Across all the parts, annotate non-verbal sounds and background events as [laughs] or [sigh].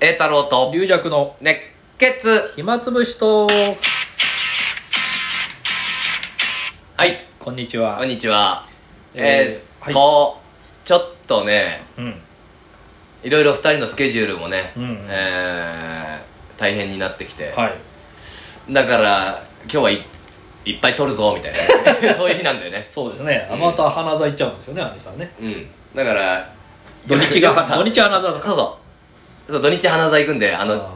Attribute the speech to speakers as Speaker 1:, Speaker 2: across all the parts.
Speaker 1: 栄太郎と
Speaker 2: 龍尺の
Speaker 1: 熱血
Speaker 2: 暇つぶしと
Speaker 1: はい
Speaker 2: こんにちは
Speaker 1: こんにちはえー
Speaker 2: えー
Speaker 1: っと、ちょっとね
Speaker 2: うん
Speaker 1: いろいろ2人のスケジュールもね、
Speaker 2: うんうん
Speaker 1: えー大変になってきて、
Speaker 2: はい
Speaker 1: だから今日はい、いっぱい撮るぞみたい
Speaker 2: [laughs]
Speaker 1: なそういう日なんだよね
Speaker 2: そうですね
Speaker 1: うん
Speaker 2: また花座行っちゃうんですよね兄さんね
Speaker 1: うんだから
Speaker 2: 土日が土日花座
Speaker 1: そうそうそう土日花座行くんであの
Speaker 2: あ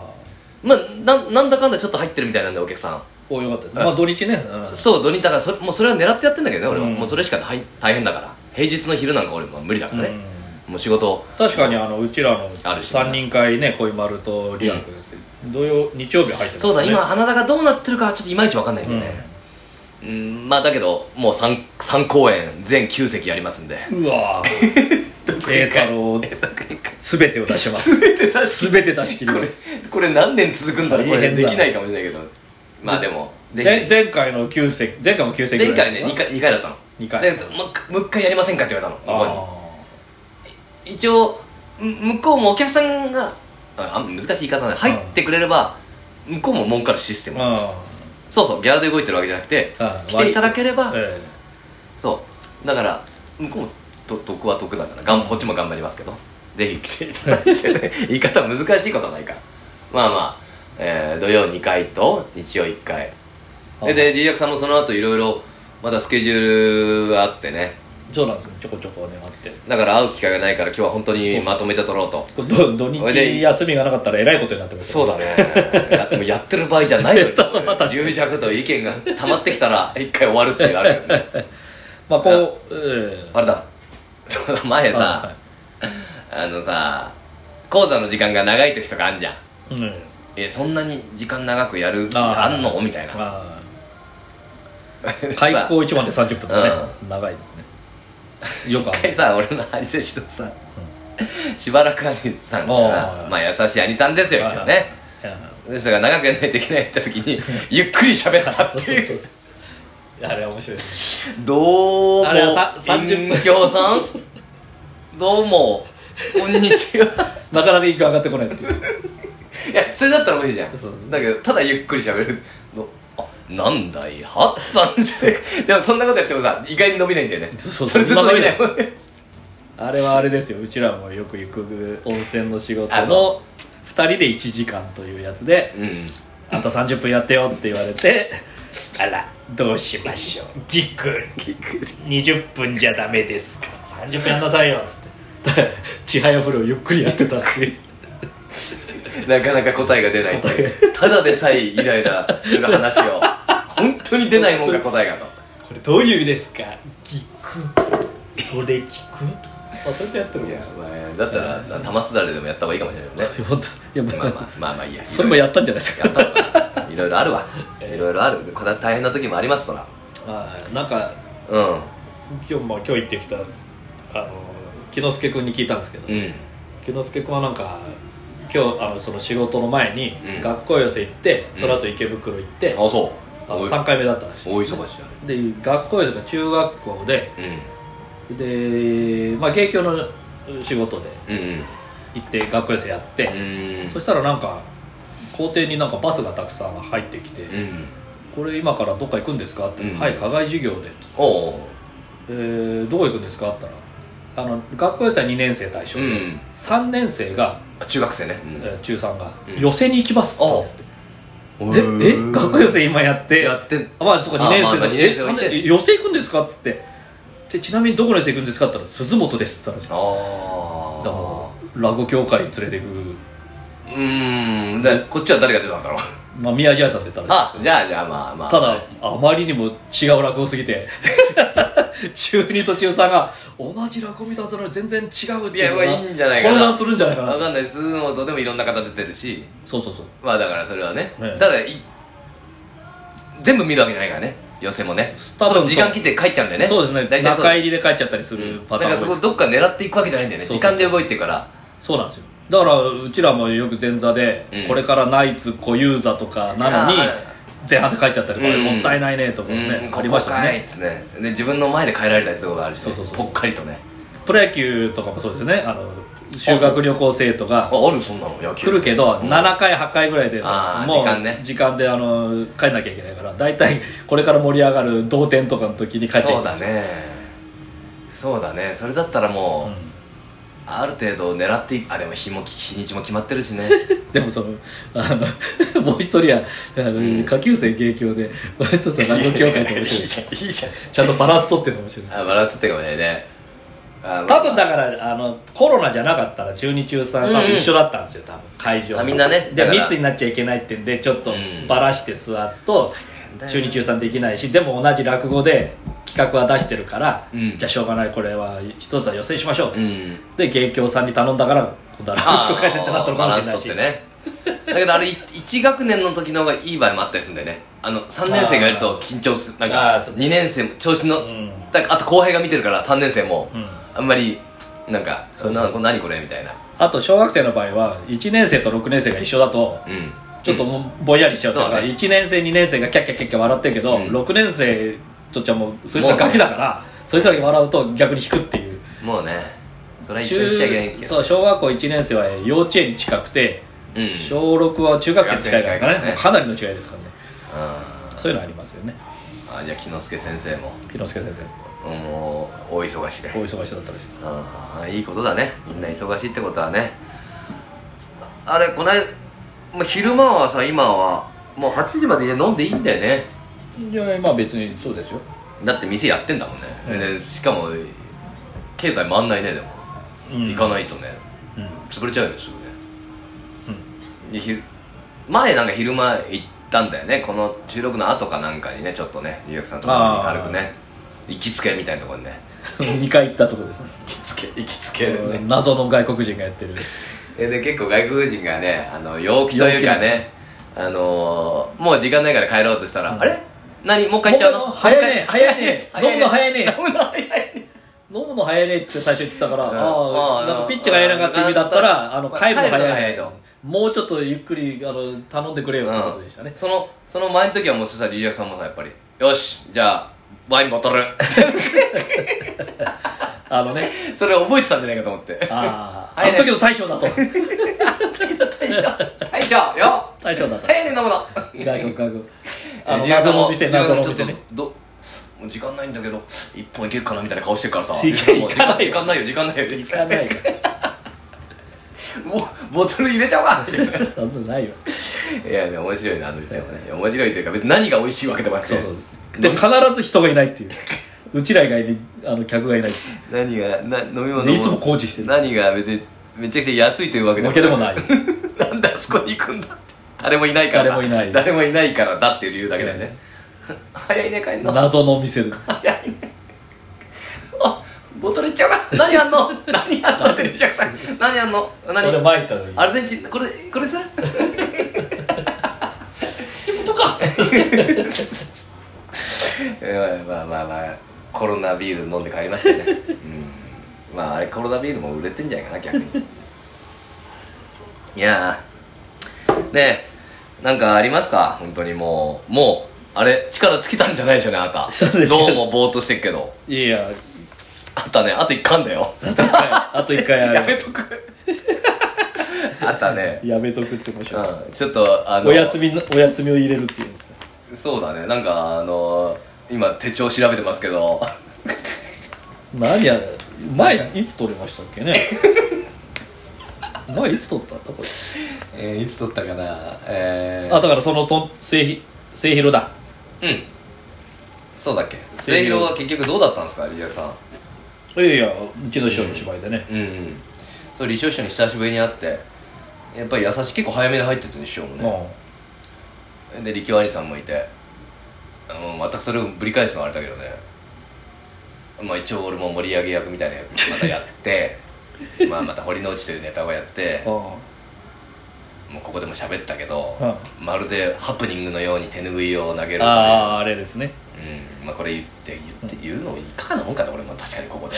Speaker 1: まあななんだかんだちょっと入ってるみたいなんでお客さん
Speaker 2: ーおよかったです
Speaker 1: はい
Speaker 2: まあ土日ねうん
Speaker 1: そう土日だからそれもうそれは狙ってやってんだけどね俺は、
Speaker 2: うん
Speaker 1: もうそれしかない大変だから平日の昼なんか俺もう無理だから
Speaker 2: う
Speaker 1: ね、
Speaker 2: ん
Speaker 1: もう仕事
Speaker 2: 確かにあのうちらの
Speaker 1: あるし
Speaker 2: 3人会ね恋丸とリアクって土曜日曜日入ってます
Speaker 1: そうだ、
Speaker 2: ね
Speaker 1: 今花田がどうなってるかはちょっといまいちわかんないん
Speaker 2: う
Speaker 1: だよねうんまあだけどもう 3, 三公演全9席やりますんで
Speaker 2: んうわ
Speaker 1: [laughs]
Speaker 2: ー栄太郎全てを出します
Speaker 1: 全て出し
Speaker 2: 全て出し切
Speaker 1: [laughs]
Speaker 2: り
Speaker 1: こ
Speaker 2: ま
Speaker 1: れ
Speaker 2: す
Speaker 1: これ何年続くんだろうこ
Speaker 2: 大
Speaker 1: れ
Speaker 2: 変だ
Speaker 1: できないかもしれないけどまあでも
Speaker 2: 前
Speaker 1: ぜ
Speaker 2: 前回の9席前回も9
Speaker 1: ひ
Speaker 2: 席
Speaker 1: 前
Speaker 2: ぐらい
Speaker 1: 回
Speaker 2: です
Speaker 1: ね
Speaker 2: か
Speaker 1: 2回二回だったの
Speaker 2: 二回
Speaker 1: でもう一回もう一回やりませんかって言われたの向こうに
Speaker 2: あー
Speaker 1: 一応む向こうもお客さんがああん難しい言い方だね入ってくれれば向こうも儲かるシステム
Speaker 2: う
Speaker 1: そうそうギャラで動いてるわけじゃなくて
Speaker 2: あ
Speaker 1: 来ていただければ
Speaker 2: ん、え
Speaker 1: そうだから向こうもと得は得だからがんこっちも頑張りますけどぜひ来ていただいてね言い方難しいことはないからまあまあ、えー土曜2回と日曜1回
Speaker 2: え
Speaker 1: ででリリアクさんもその後いろいろまだスケジュールがあってね
Speaker 2: そうなんですよちょこちょこねあって
Speaker 1: だから会う機会がないから今日は本当
Speaker 2: そう
Speaker 1: に
Speaker 2: そう
Speaker 1: まとめて撮ろうと
Speaker 2: これど土
Speaker 1: それで
Speaker 2: 日休みがなかったらえらいことになってます
Speaker 1: そうだね [laughs] やもうやってる場合じゃないのよ
Speaker 2: そう [laughs] まあ確かに
Speaker 1: 重弱と意見が溜まってきたら一回終わるっていうのあるけどね
Speaker 2: [laughs] まあこうええ
Speaker 1: あれだ [laughs] そうだ前さ、
Speaker 2: は
Speaker 1: あのさ講座の時間が長い時とかあんじゃん
Speaker 2: いうん
Speaker 1: えそんなに時間長くやるあ
Speaker 2: あー
Speaker 1: んのみたいな
Speaker 2: まあ開
Speaker 1: [laughs]
Speaker 2: 口一番で30分とかね、長いね
Speaker 1: [laughs]
Speaker 2: よくあ
Speaker 1: 一
Speaker 2: る
Speaker 1: 回さ俺の兄弟子とさ、しばらく兄さんが
Speaker 2: あー
Speaker 1: まあ優しい兄さんですよ一応ね
Speaker 2: いや
Speaker 1: その人が長くやらないといけないって言った時
Speaker 2: [laughs]
Speaker 1: にゆっくり喋った
Speaker 2: そ
Speaker 1: っ
Speaker 2: う
Speaker 1: て
Speaker 2: そう
Speaker 1: い
Speaker 2: そう
Speaker 1: う
Speaker 2: そうあれ面白いです
Speaker 1: どうも
Speaker 2: あれはさ30分
Speaker 1: 隠居さん [laughs] どう
Speaker 2: [laughs]
Speaker 1: もこんにちは
Speaker 2: なかなか息上がってこないっていう
Speaker 1: いやそれだったら無理じゃん
Speaker 2: そう
Speaker 1: だけどただゆっくり喋るのあなんだいはっさんって [laughs] でもそんなことやってもさ意外に伸びないんだよね
Speaker 2: そうそう
Speaker 1: れずっと伸びないもんね
Speaker 2: あれはあれですようちらもよく行く温泉の仕事
Speaker 1: あの
Speaker 2: の2人で1時間というやつで
Speaker 1: うん
Speaker 2: あと30分やってよって言われてあらどうしましょうぎっくり20分じゃダメですか30分やんなさいよっつって [laughs] ちはやふるをゆっくりやってたっていう
Speaker 1: なかなか答えが出ないっていうただでさえイライラする話を [laughs] 本当に出ないもんか答えがと
Speaker 2: これどういう意味ですかぎくそれ聞くとあそれでやってる
Speaker 1: い
Speaker 2: か
Speaker 1: や
Speaker 2: もしれ
Speaker 1: まあだったら玉すだれでもやった方がいいかもしれないよね
Speaker 2: ない本当いや
Speaker 1: まあまあまあまあいいや
Speaker 2: それもやったんじゃないです
Speaker 1: や
Speaker 2: か
Speaker 1: ったのかないろいろあるわいろいろあるこれは大変な時もありますそら
Speaker 2: まあなんか
Speaker 1: うん
Speaker 2: 今日,、まあ、今日行ってきたあの木之助君に聞いたんですけど、
Speaker 1: うん
Speaker 2: 木之助君はなんか今日あのその仕事の前に
Speaker 1: うん
Speaker 2: 学校寄せ行って、
Speaker 1: ん
Speaker 2: その後池袋行って、
Speaker 1: あそう
Speaker 2: あ
Speaker 1: お
Speaker 2: の
Speaker 1: い
Speaker 2: 3回目だったらしい
Speaker 1: 大忙しだね
Speaker 2: で学校寄せが中学校ででまあ芸協の仕事
Speaker 1: う
Speaker 2: で
Speaker 1: んうん
Speaker 2: 行って学校寄せやって、
Speaker 1: うんうん
Speaker 2: そしたらなんか校庭になんかバスがたくさん入ってきて
Speaker 1: う
Speaker 2: 「
Speaker 1: ん
Speaker 2: これ今からどっか行くんですか?」って「
Speaker 1: うん
Speaker 2: はい課外授業で」
Speaker 1: おう
Speaker 2: えーどこ行くんですか?」って言ったらあの学校寄せは2年生対象で、
Speaker 1: うん
Speaker 2: 3年生が、
Speaker 1: 中学生ね
Speaker 2: えー中3が、
Speaker 1: うん
Speaker 2: 寄せに行きます」って言ったんですって。
Speaker 1: うん
Speaker 2: で
Speaker 1: う
Speaker 2: え
Speaker 1: ーん
Speaker 2: 学校寄せ今やって
Speaker 1: やってん
Speaker 2: あまあそこ2年生
Speaker 1: あまあ
Speaker 2: だ
Speaker 1: まあ
Speaker 2: え
Speaker 1: 二年生置いて
Speaker 2: 三年寄せ行くんですかって言ってでちなみにどこの寄せ行くんですかって言ったら鈴本ですって言ったら
Speaker 1: ああ
Speaker 2: だからもう落語協会連れて行く、
Speaker 1: うーんでこっちは誰が出たんだろう
Speaker 2: まあ、宮地愛さんって言ったらしい
Speaker 1: あじゃあじゃあまあまあ
Speaker 2: ただあまりにも違う落語すぎて [laughs] 中2と中3が同じ落語見たはずなのに全然違うっていうのが
Speaker 1: いやまあいいんじゃないかな
Speaker 2: 混乱するんじゃないか
Speaker 1: わ
Speaker 2: な
Speaker 1: かんない相撲でもいろんな方出てるし
Speaker 2: そうそうそう
Speaker 1: まあだからそれはね、
Speaker 2: ええ
Speaker 1: ただい全部見るわけじゃないからね寄せもね
Speaker 2: 多分
Speaker 1: その時間切って帰っちゃうんだよね
Speaker 2: そうですね
Speaker 1: 大体そう
Speaker 2: 中入りで帰っちゃったりす
Speaker 1: う
Speaker 2: る
Speaker 1: ん
Speaker 2: パ
Speaker 1: だ
Speaker 2: タ
Speaker 1: から
Speaker 2: ーン
Speaker 1: そ
Speaker 2: 多い
Speaker 1: こどっか狙っていくわけじゃないんだよね
Speaker 2: そう
Speaker 1: 時
Speaker 2: そうそう
Speaker 1: 間で動いてるから
Speaker 2: そうなんですよだからうちらもよく前座で、
Speaker 1: うん
Speaker 2: これからナイツ小遊三とかなのに
Speaker 1: あはい
Speaker 2: 前半で帰っちゃったりこれ
Speaker 1: うん
Speaker 2: もったいないねとかね、
Speaker 1: うん
Speaker 2: ありました
Speaker 1: ここかいっ
Speaker 2: ね
Speaker 1: つねで自分の前で帰られたりすることがあるしね、
Speaker 2: そうそうそうそう
Speaker 1: ぽっかりとね
Speaker 2: プロ野球とかもそうですよねあの修学旅行生と
Speaker 1: あ
Speaker 2: か
Speaker 1: あるそんなの野球
Speaker 2: 来るけど
Speaker 1: うん
Speaker 2: 7回8回ぐらいで
Speaker 1: あー時間ね
Speaker 2: 時間であの帰んなきゃいけないから大体これから盛り上がる同点とかの時に帰ってきて
Speaker 1: そうだねそうだねそれだったらもう、ある程度狙っていあでも日も日にちも決まってるしね
Speaker 2: でもその [laughs] あのもう一人はあの、
Speaker 1: ん
Speaker 2: 下級生芸協でもう一つは落語協会って面白い
Speaker 1: [laughs] いいじゃん
Speaker 2: ちゃんとバランス取ってるの面白い
Speaker 1: あバランスってかもねねあ
Speaker 2: 多分だからあのコロナじゃなかったら中2中3多分一緒だったんですよ、多分会場
Speaker 1: あみんなね
Speaker 2: で
Speaker 1: だから
Speaker 2: 密になっちゃいけないってんでちょっと
Speaker 1: うん
Speaker 2: バラして座っと、
Speaker 1: だよ
Speaker 2: 中2中3できないしでも同じ落語で企画は出してるから、
Speaker 1: うん
Speaker 2: じゃあしょうがないこれは一つは予選しましょうっつ
Speaker 1: う
Speaker 2: って、
Speaker 1: ん
Speaker 2: で芸協さんに頼んだから今度は落語会でってなったのかもしれないし、
Speaker 1: バランス取ってねだけどあれ1学年の時の方がいい場合もあったりするんだよねあの3年生がやると緊張するなん
Speaker 2: あ
Speaker 1: か
Speaker 2: ーそう
Speaker 1: 2年生も調子の、
Speaker 2: ん
Speaker 1: だからあと後輩が見てるから3年生も
Speaker 2: うん
Speaker 1: あんまりなんか「そんなこれ何これ?」みたいな
Speaker 2: あと小学生の場合は1年生と6年生が一緒だと
Speaker 1: うん
Speaker 2: ちょっともうぼんやりしちゃうという
Speaker 1: そ
Speaker 2: か、
Speaker 1: うだね
Speaker 2: 1年生2年生がキャッキャッキャッキャ笑ってるけど、
Speaker 1: うん
Speaker 2: 6年生とっちゃもうそいつらガキだからそいつらが笑うと逆に引くっていう
Speaker 1: もうねそれは一緒にしちゃいけないけど
Speaker 2: そう小学校1年生は幼稚園に近くて、
Speaker 1: うんうん
Speaker 2: 小6は中学生に近
Speaker 1: 中学生に
Speaker 2: いからね
Speaker 1: 近いからね
Speaker 2: もうかなりの違いですからね
Speaker 1: あ
Speaker 2: そういうのありますよね
Speaker 1: ーじゃあ木之助先生も
Speaker 2: 木之助先生
Speaker 1: もう大忙しで
Speaker 2: 大忙しだったらしい
Speaker 1: ああいいことだねみんな忙しいってことはねあれこないもう昼間はさ今はもう8時まで飲んでいいんだよね
Speaker 2: いやまあ別にそうですよ
Speaker 1: だって店やってんだもんね、
Speaker 2: うん
Speaker 1: でしかも経済回んないねでも、行か
Speaker 2: い、
Speaker 1: ないとね
Speaker 2: うん
Speaker 1: 潰れちゃうよすぐね、で昼前なんか昼間行ったんだよねこの収録の後かなんかにねちょっとね龍クさんとかに軽くね行きつけみたいなところにね
Speaker 2: 2回行ったとこですね
Speaker 1: 行きつけ行きつけのね
Speaker 2: 謎の外国人がやってる
Speaker 1: えで結構外国人がねあの陽気というかねあのー、もう時間ないから帰ろうとしたら、
Speaker 2: うん
Speaker 1: あれ何もう一回行っちゃうの
Speaker 2: 早いね
Speaker 1: もう一回
Speaker 2: 早いね飲
Speaker 1: 飲
Speaker 2: むの早いね
Speaker 1: むの早い [laughs] ね
Speaker 2: 飲むの早いねっつって最初言ってたから、
Speaker 1: うん
Speaker 2: あ
Speaker 1: う
Speaker 2: あ
Speaker 1: ん
Speaker 2: なんかピッチが早いなって意味だったら、あの
Speaker 1: まあ
Speaker 2: 帰るの
Speaker 1: 帰るのが
Speaker 2: 早
Speaker 1: 早
Speaker 2: い
Speaker 1: いと
Speaker 2: もうちょっとゆっくりあの頼んでくれよってことでしたね、
Speaker 1: そのその前の時はもうそしたらリリアさんもさやっぱりよしじゃあワインボトル
Speaker 2: あのね
Speaker 1: [laughs] それ覚えてたんじゃないかと思って
Speaker 2: ああ、
Speaker 1: 早い
Speaker 2: あの
Speaker 1: ね
Speaker 2: 時の大将だと
Speaker 1: 大将大将よ
Speaker 2: 大将だと
Speaker 1: 早いね飲む
Speaker 2: [laughs]
Speaker 1: の
Speaker 2: 外国外国あの
Speaker 1: リリアさ
Speaker 2: 謎
Speaker 1: んも
Speaker 2: の店
Speaker 1: リリア
Speaker 2: 謎
Speaker 1: さんも
Speaker 2: の店
Speaker 1: ち
Speaker 2: ね
Speaker 1: ょっとどもう時間ないんだけど一本いけるかなみたいな顔してるからさ
Speaker 2: [laughs] いけいかない
Speaker 1: 時間ないよ時間ないよ時
Speaker 2: 行かないよ
Speaker 1: おボトル入れちゃおうかみ [laughs] たいな
Speaker 2: そんなのないよ
Speaker 1: いやでも面白いなあの店もねいや面白いというか別に何が美味しいわけでもなくて
Speaker 2: そうそうでも必ず人がいないっていううちら以外にあの客がいないってい
Speaker 1: 何がな飲み物
Speaker 2: でいつも工事してる
Speaker 1: 何が別にめちゃくちゃ安いというわけ
Speaker 2: う
Speaker 1: でも
Speaker 2: わけでもない
Speaker 1: [laughs] なんであそこに行くんだって誰もいないからだ
Speaker 2: 誰もいない
Speaker 1: 誰もいないからだっていう理由だけだよね [laughs] 早いね帰んの
Speaker 2: 謎の店で
Speaker 1: 早いねあボトルいっちゃおうか何やんの何やんのってリジャクさん何やんの何
Speaker 2: それ前行った時
Speaker 1: アルゼンチンこれこれする地元かまあまあまあコロナビール飲んで帰りましたね、うん、まああれコロナビールも売れてんじゃないかな逆にいやーねえなんかありますか本当にもうもうあれ力尽きたんじゃないでしょうねあなた
Speaker 2: そうですよ
Speaker 1: どうもぼーっとしてるけど
Speaker 2: いやいや
Speaker 1: あったねあと一貫だよ
Speaker 2: あと一回あ
Speaker 1: やめ
Speaker 2: れ
Speaker 1: とくあったね
Speaker 2: やめとくって面白い
Speaker 1: うんちょっとあの
Speaker 2: お休みのお休みを入れるっていうんですか
Speaker 1: そうだねなんかあの今手帳調べてますけど [laughs]
Speaker 2: 何や前いつ撮りましたっ [laughs] けね前いつ撮ったんだこれ
Speaker 1: えー、いつ撮ったかなえー、
Speaker 2: あだからそのと末ひ末広だ
Speaker 1: うんそうだっけ
Speaker 2: 声優
Speaker 1: 声優は結局どうだったんですかリアクさん
Speaker 2: いやいやうちの師匠の芝居でね、
Speaker 1: うん、うん、そう李承師匠に久しぶりに会ってやっぱり優しい結構早めに入ってたね師匠も
Speaker 2: ま
Speaker 1: ね、で力兄さんもいてあのまたそれをぶり返すのはあれだけどねまあ一応俺も盛り上げ役みたいな役またやって
Speaker 2: [laughs]
Speaker 1: まあまた堀之内というネタをやって
Speaker 2: ああ
Speaker 1: もうここでも喋ったけど、
Speaker 2: う
Speaker 1: まるでハプニングのように手拭いを投げると
Speaker 2: あ
Speaker 1: ね
Speaker 2: ーあれですね
Speaker 1: うんまあ、これ言って言って言うのいかがなもんかね俺も確かにこ
Speaker 2: [laughs]
Speaker 1: こ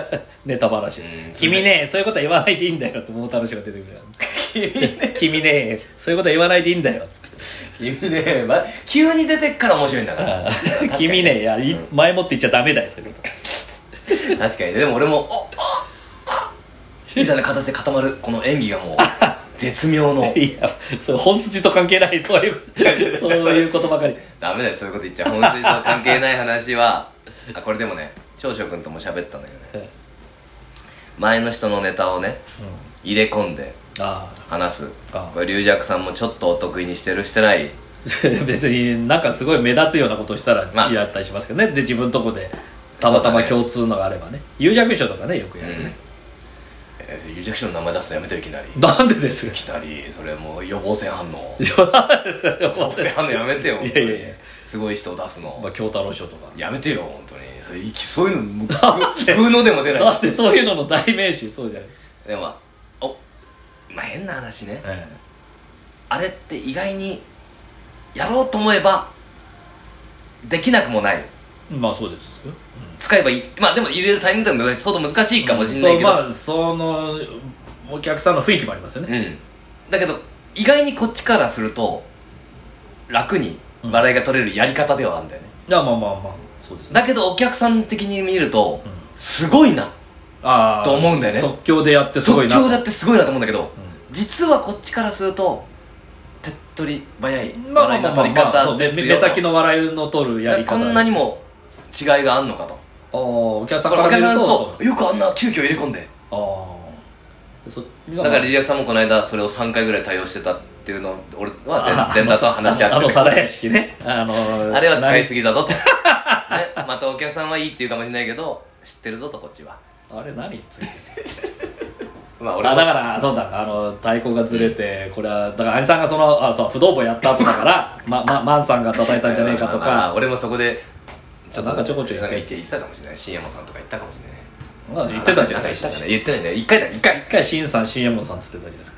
Speaker 1: で
Speaker 2: ネタばらし
Speaker 1: うん
Speaker 2: 君ねそういうことは言わないでいいんだよって桃太郎師匠が出てくる君ねそういうことは言わないでいいんだよっつって
Speaker 1: 君ね、ま、急に出てっから面白いんだから
Speaker 2: あ
Speaker 1: 確かに
Speaker 2: ー [laughs] 君ねいやい
Speaker 1: うん
Speaker 2: 前もって言っちゃダメだよそういうこと
Speaker 1: 確かにねでも俺も「おおみたいな形で固まるこの演技がもう
Speaker 2: [laughs]
Speaker 1: 絶妙の
Speaker 2: いやそれ本筋と関係ないそう [laughs] いうそういうことばかり
Speaker 1: ダメだよそういうこと言っちゃ本筋と関係ない話はあこれでもね長所君とも喋ったんだけどね
Speaker 2: うん
Speaker 1: 前の人のネタをね入れ込んで
Speaker 2: あ [laughs]
Speaker 1: 話す
Speaker 2: あ
Speaker 1: これ龍尺さんもちょっとお得意にしてるしてない
Speaker 2: あ別になんかすごい目立つようなことしたら
Speaker 1: まあ
Speaker 2: やったりしますけどね、で自分のとこでたまたま
Speaker 1: そうだね
Speaker 2: 共通のがあればね有弱者とかねよくやるね、
Speaker 1: えー龍尺師匠の名前出すのやめてよいきなり
Speaker 2: なんでです
Speaker 1: い [laughs]
Speaker 2: か
Speaker 1: きなりそれもう予防線反応
Speaker 2: いや
Speaker 1: 予防線反応やめてよ
Speaker 2: いやいやいや
Speaker 1: すごい人を出すの、
Speaker 2: まあ京太郎賞とか
Speaker 1: やめてよ本当にそれいきそういうのもう食うのでも出ない
Speaker 2: だってそういうのの代名詞そうじゃないです
Speaker 1: でもまあおまあ変な話ね
Speaker 2: か、
Speaker 1: あれって意外にやろうと思えばできなくもない
Speaker 2: まあそうですよ
Speaker 1: 使えばいいまあでも入れるタイミングとかも相当難しいかもしれないけど、
Speaker 2: とまあそのお客さんの雰囲気もありますよね、
Speaker 1: うんだけど意外にこっちからすると楽に笑いが取れるやり方ではあるんだよね、
Speaker 2: いやまあまあまあそうですね
Speaker 1: だけどお客さん的に見ると
Speaker 2: うん
Speaker 1: すごいな
Speaker 2: ああ
Speaker 1: と思うんだよね
Speaker 2: 即興でやってすご
Speaker 1: 即
Speaker 2: いなと
Speaker 1: 興だってすごいなと思うんだけど
Speaker 2: う
Speaker 1: 実はこっちからすると手っ取り早い
Speaker 2: んまあま
Speaker 1: 笑
Speaker 2: あ
Speaker 1: い
Speaker 2: まあ
Speaker 1: の
Speaker 2: まあ
Speaker 1: 取り方
Speaker 2: そう
Speaker 1: で
Speaker 2: ね
Speaker 1: す
Speaker 2: 目
Speaker 1: よ
Speaker 2: 目先の笑いの取るやり方
Speaker 1: こんなにも違いがあんのかと
Speaker 2: ああお客さん
Speaker 1: こ
Speaker 2: か
Speaker 1: れ
Speaker 2: ら
Speaker 1: お客さ
Speaker 2: 見る
Speaker 1: んそ
Speaker 2: と
Speaker 1: うよくあんな急遽入れ込んで
Speaker 2: ああそ
Speaker 1: だからリリアクさんもこの間それを3回ぐらい対応してたっていうのを俺は全田と話し合
Speaker 2: あ
Speaker 1: って
Speaker 2: の
Speaker 1: る
Speaker 2: 皿屋敷ねあの
Speaker 1: あれは使いす
Speaker 2: ぎ
Speaker 1: ぎだぞと、 [laughs] ね、またお客さんはいいって言うかもしれないけど知ってるぞとこっちは
Speaker 2: あれ何ついて
Speaker 1: まあ
Speaker 2: あ
Speaker 1: 俺
Speaker 2: だ
Speaker 1: は
Speaker 2: からそうだあの太鼓がずれてこれはだから兄さんがそのあそう不動坊やった後だからままマンさんが叩いたんじゃねえかと
Speaker 1: まあまあまあ
Speaker 2: か
Speaker 1: 俺もそこで
Speaker 2: ちょなんかちょこちょい
Speaker 1: な
Speaker 2: 言
Speaker 1: ん
Speaker 2: っ
Speaker 1: か
Speaker 2: て
Speaker 1: 言ってたかもしれない新山さんとか言ったかもしれない
Speaker 2: 言ってたんじゃ
Speaker 1: な
Speaker 2: ない
Speaker 1: ん
Speaker 2: で
Speaker 1: か言っ
Speaker 2: すか
Speaker 1: たかね言ってないんだよ1回だ1回
Speaker 2: 一回新さん新右衛門さんっつってたじゃないですか